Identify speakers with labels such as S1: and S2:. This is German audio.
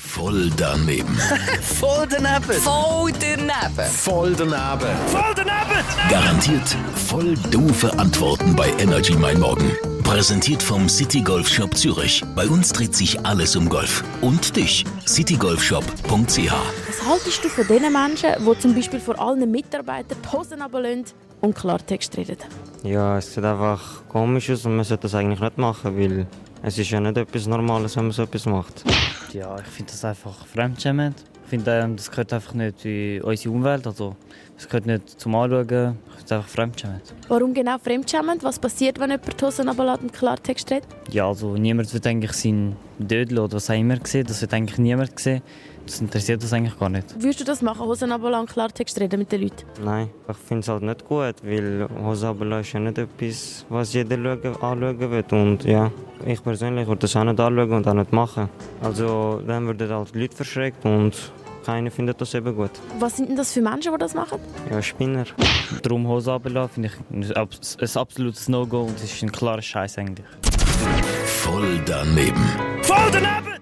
S1: Voll daneben.
S2: Voll daneben.
S3: Voll daneben.
S2: Voll daneben.
S1: Garantiert voll doofe Antworten bei Energy Mein Morgen. Präsentiert vom City Golf Shop Zürich. Bei uns dreht sich alles um Golf. Und dich, citygolfshop.ch.
S4: Was haltest du von den Menschen, die zum Beispiel vor allen Mitarbeitern die Hosen runterlassen und Klartext reden?
S5: Ja, es sieht einfach komisch aus und man sollte das eigentlich nicht machen, weil es ist ja nicht etwas Normales, wenn man so etwas macht.
S6: Ja, ich finde das einfach fremdschämend. Ich finde, ähm, das gehört einfach nicht in unsere Umwelt. Also, das gehört nicht zum Anschauen. Ich finde es einfach fremdschämend.
S4: Warum genau fremdschämend? Was passiert, wenn jemand die Hosen runterlässt und Klartext redet?
S6: Ja, also, niemand wird eigentlich seinen Dödel oder was auch immer sehen. Das wird eigentlich niemand sehen. Das interessiert uns eigentlich gar nicht.
S4: Würdest du das machen, Hosen runterlassen und Klartext reden mit den Leuten?
S5: Nein, ich finde es halt nicht gut, weil Hose runterlassen ist ja nicht etwas, was jeder schauen, anschauen will. Und ja, ich persönlich würde das auch nicht anschauen und auch nicht machen. Also dann würden halt die Leute verschreckt und keiner findet das eben gut.
S4: Was sind denn das für Menschen, die das machen?
S5: Ja, Spinner.
S6: Darum Hose runterlassen finde ich ein abs- ein absolutes No-Go und es ist ein klarer Scheiß eigentlich.
S1: Voll daneben.